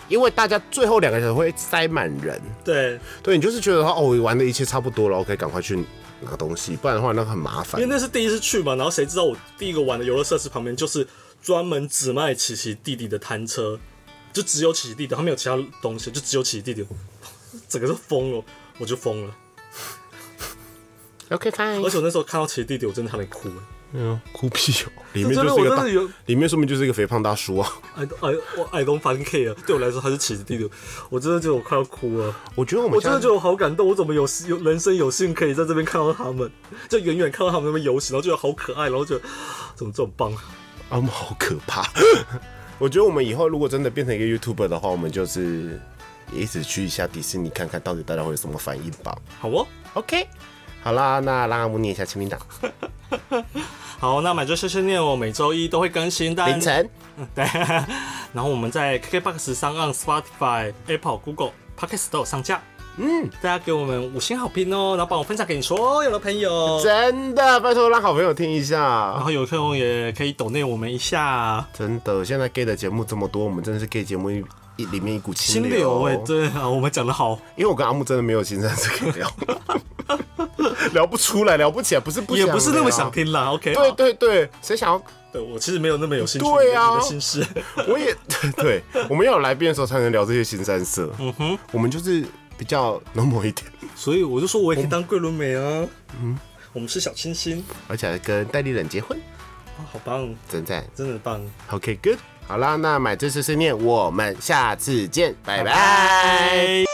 [SPEAKER 1] 因为大家最后两个小时会塞满人。
[SPEAKER 2] 对，
[SPEAKER 1] 对你就是觉得哦，我玩的一切差不多了，OK，赶快去拿东西，不然的话那个很麻烦
[SPEAKER 2] 因为。那是第一次去嘛，然后谁知道我第一个玩的游乐设施旁边就是专门只卖奇奇弟弟的摊车，就只有奇奇弟弟，他没有其他东西，就只有奇奇弟弟，整个是疯了，我就疯了。
[SPEAKER 1] OK
[SPEAKER 2] 而
[SPEAKER 1] fine，
[SPEAKER 2] 且我那时候看到其实弟弟，我真的差点哭。
[SPEAKER 1] 嗯，哭屁哦，里面
[SPEAKER 2] 真
[SPEAKER 1] 就
[SPEAKER 2] 的，
[SPEAKER 1] 是一
[SPEAKER 2] 我
[SPEAKER 1] 个
[SPEAKER 2] 真
[SPEAKER 1] 大
[SPEAKER 2] 的，有
[SPEAKER 1] 里面说明就是一个肥胖大叔啊。
[SPEAKER 2] ，I I 我 I don't fucking care。对我来说，他是奇子弟弟，我真的觉得我快要哭了。
[SPEAKER 1] 我觉得我们
[SPEAKER 2] 我真的
[SPEAKER 1] 现在
[SPEAKER 2] 觉得我好感动，我怎么有有人生有幸可以在这边看到他们，就远远看到他们那边游行，然后觉得好可爱，然后觉得怎么这么棒？
[SPEAKER 1] 啊，我们好可怕。 我觉得我们以后如果真的变成一个 YouTuber 的话，我们就是也一直去一下迪士尼，看看到底大家会有什么反应吧。
[SPEAKER 2] 好哦，
[SPEAKER 1] OK，好啦，那让阿木念一下签名档，
[SPEAKER 2] 好，那买醉碎碎念我每周一都会更新，但
[SPEAKER 1] 凌晨。
[SPEAKER 2] 对，然后我们在 KKBOX 上、岸 Spotify、Apple、Google、Podcast 都有上架。嗯，大家给我们五星好评哦，然后帮我分享给你所有的朋友，
[SPEAKER 1] 真的，拜托让好朋友听一
[SPEAKER 2] 然
[SPEAKER 1] 下。
[SPEAKER 2] 后有空也可以抖内我们一下。
[SPEAKER 1] 真的，现在 gay 的节目这么多，我们真的是 gay 节目一一里面一股清
[SPEAKER 2] 清
[SPEAKER 1] 流。
[SPEAKER 2] 流哎、对啊，我们讲的好，
[SPEAKER 1] 因为我跟阿木真的没有情商是可以 聊，聊不出来，聊不起来，不是不
[SPEAKER 2] 也
[SPEAKER 1] 想
[SPEAKER 2] 不是那么
[SPEAKER 1] 聊
[SPEAKER 2] 想。听啦。OK，
[SPEAKER 1] 对
[SPEAKER 2] 好
[SPEAKER 1] 对对，谁想要？
[SPEAKER 2] 对我其实没有那么有兴趣
[SPEAKER 1] 对啊
[SPEAKER 2] 你的心事。
[SPEAKER 1] 我也对，我们要有来宾的时候才能聊这些新三色。嗯哼，我们就是比较 normal 一点，
[SPEAKER 2] 所以我就说我也可以当桂纶镁啊。嗯，我们是小清新
[SPEAKER 1] 而且还跟戴立忍结婚，
[SPEAKER 2] 啊，好棒，
[SPEAKER 1] 真赞。
[SPEAKER 2] 真的棒。
[SPEAKER 1] OK，good、好啦，那买醉碎碎念，我们下次见，拜拜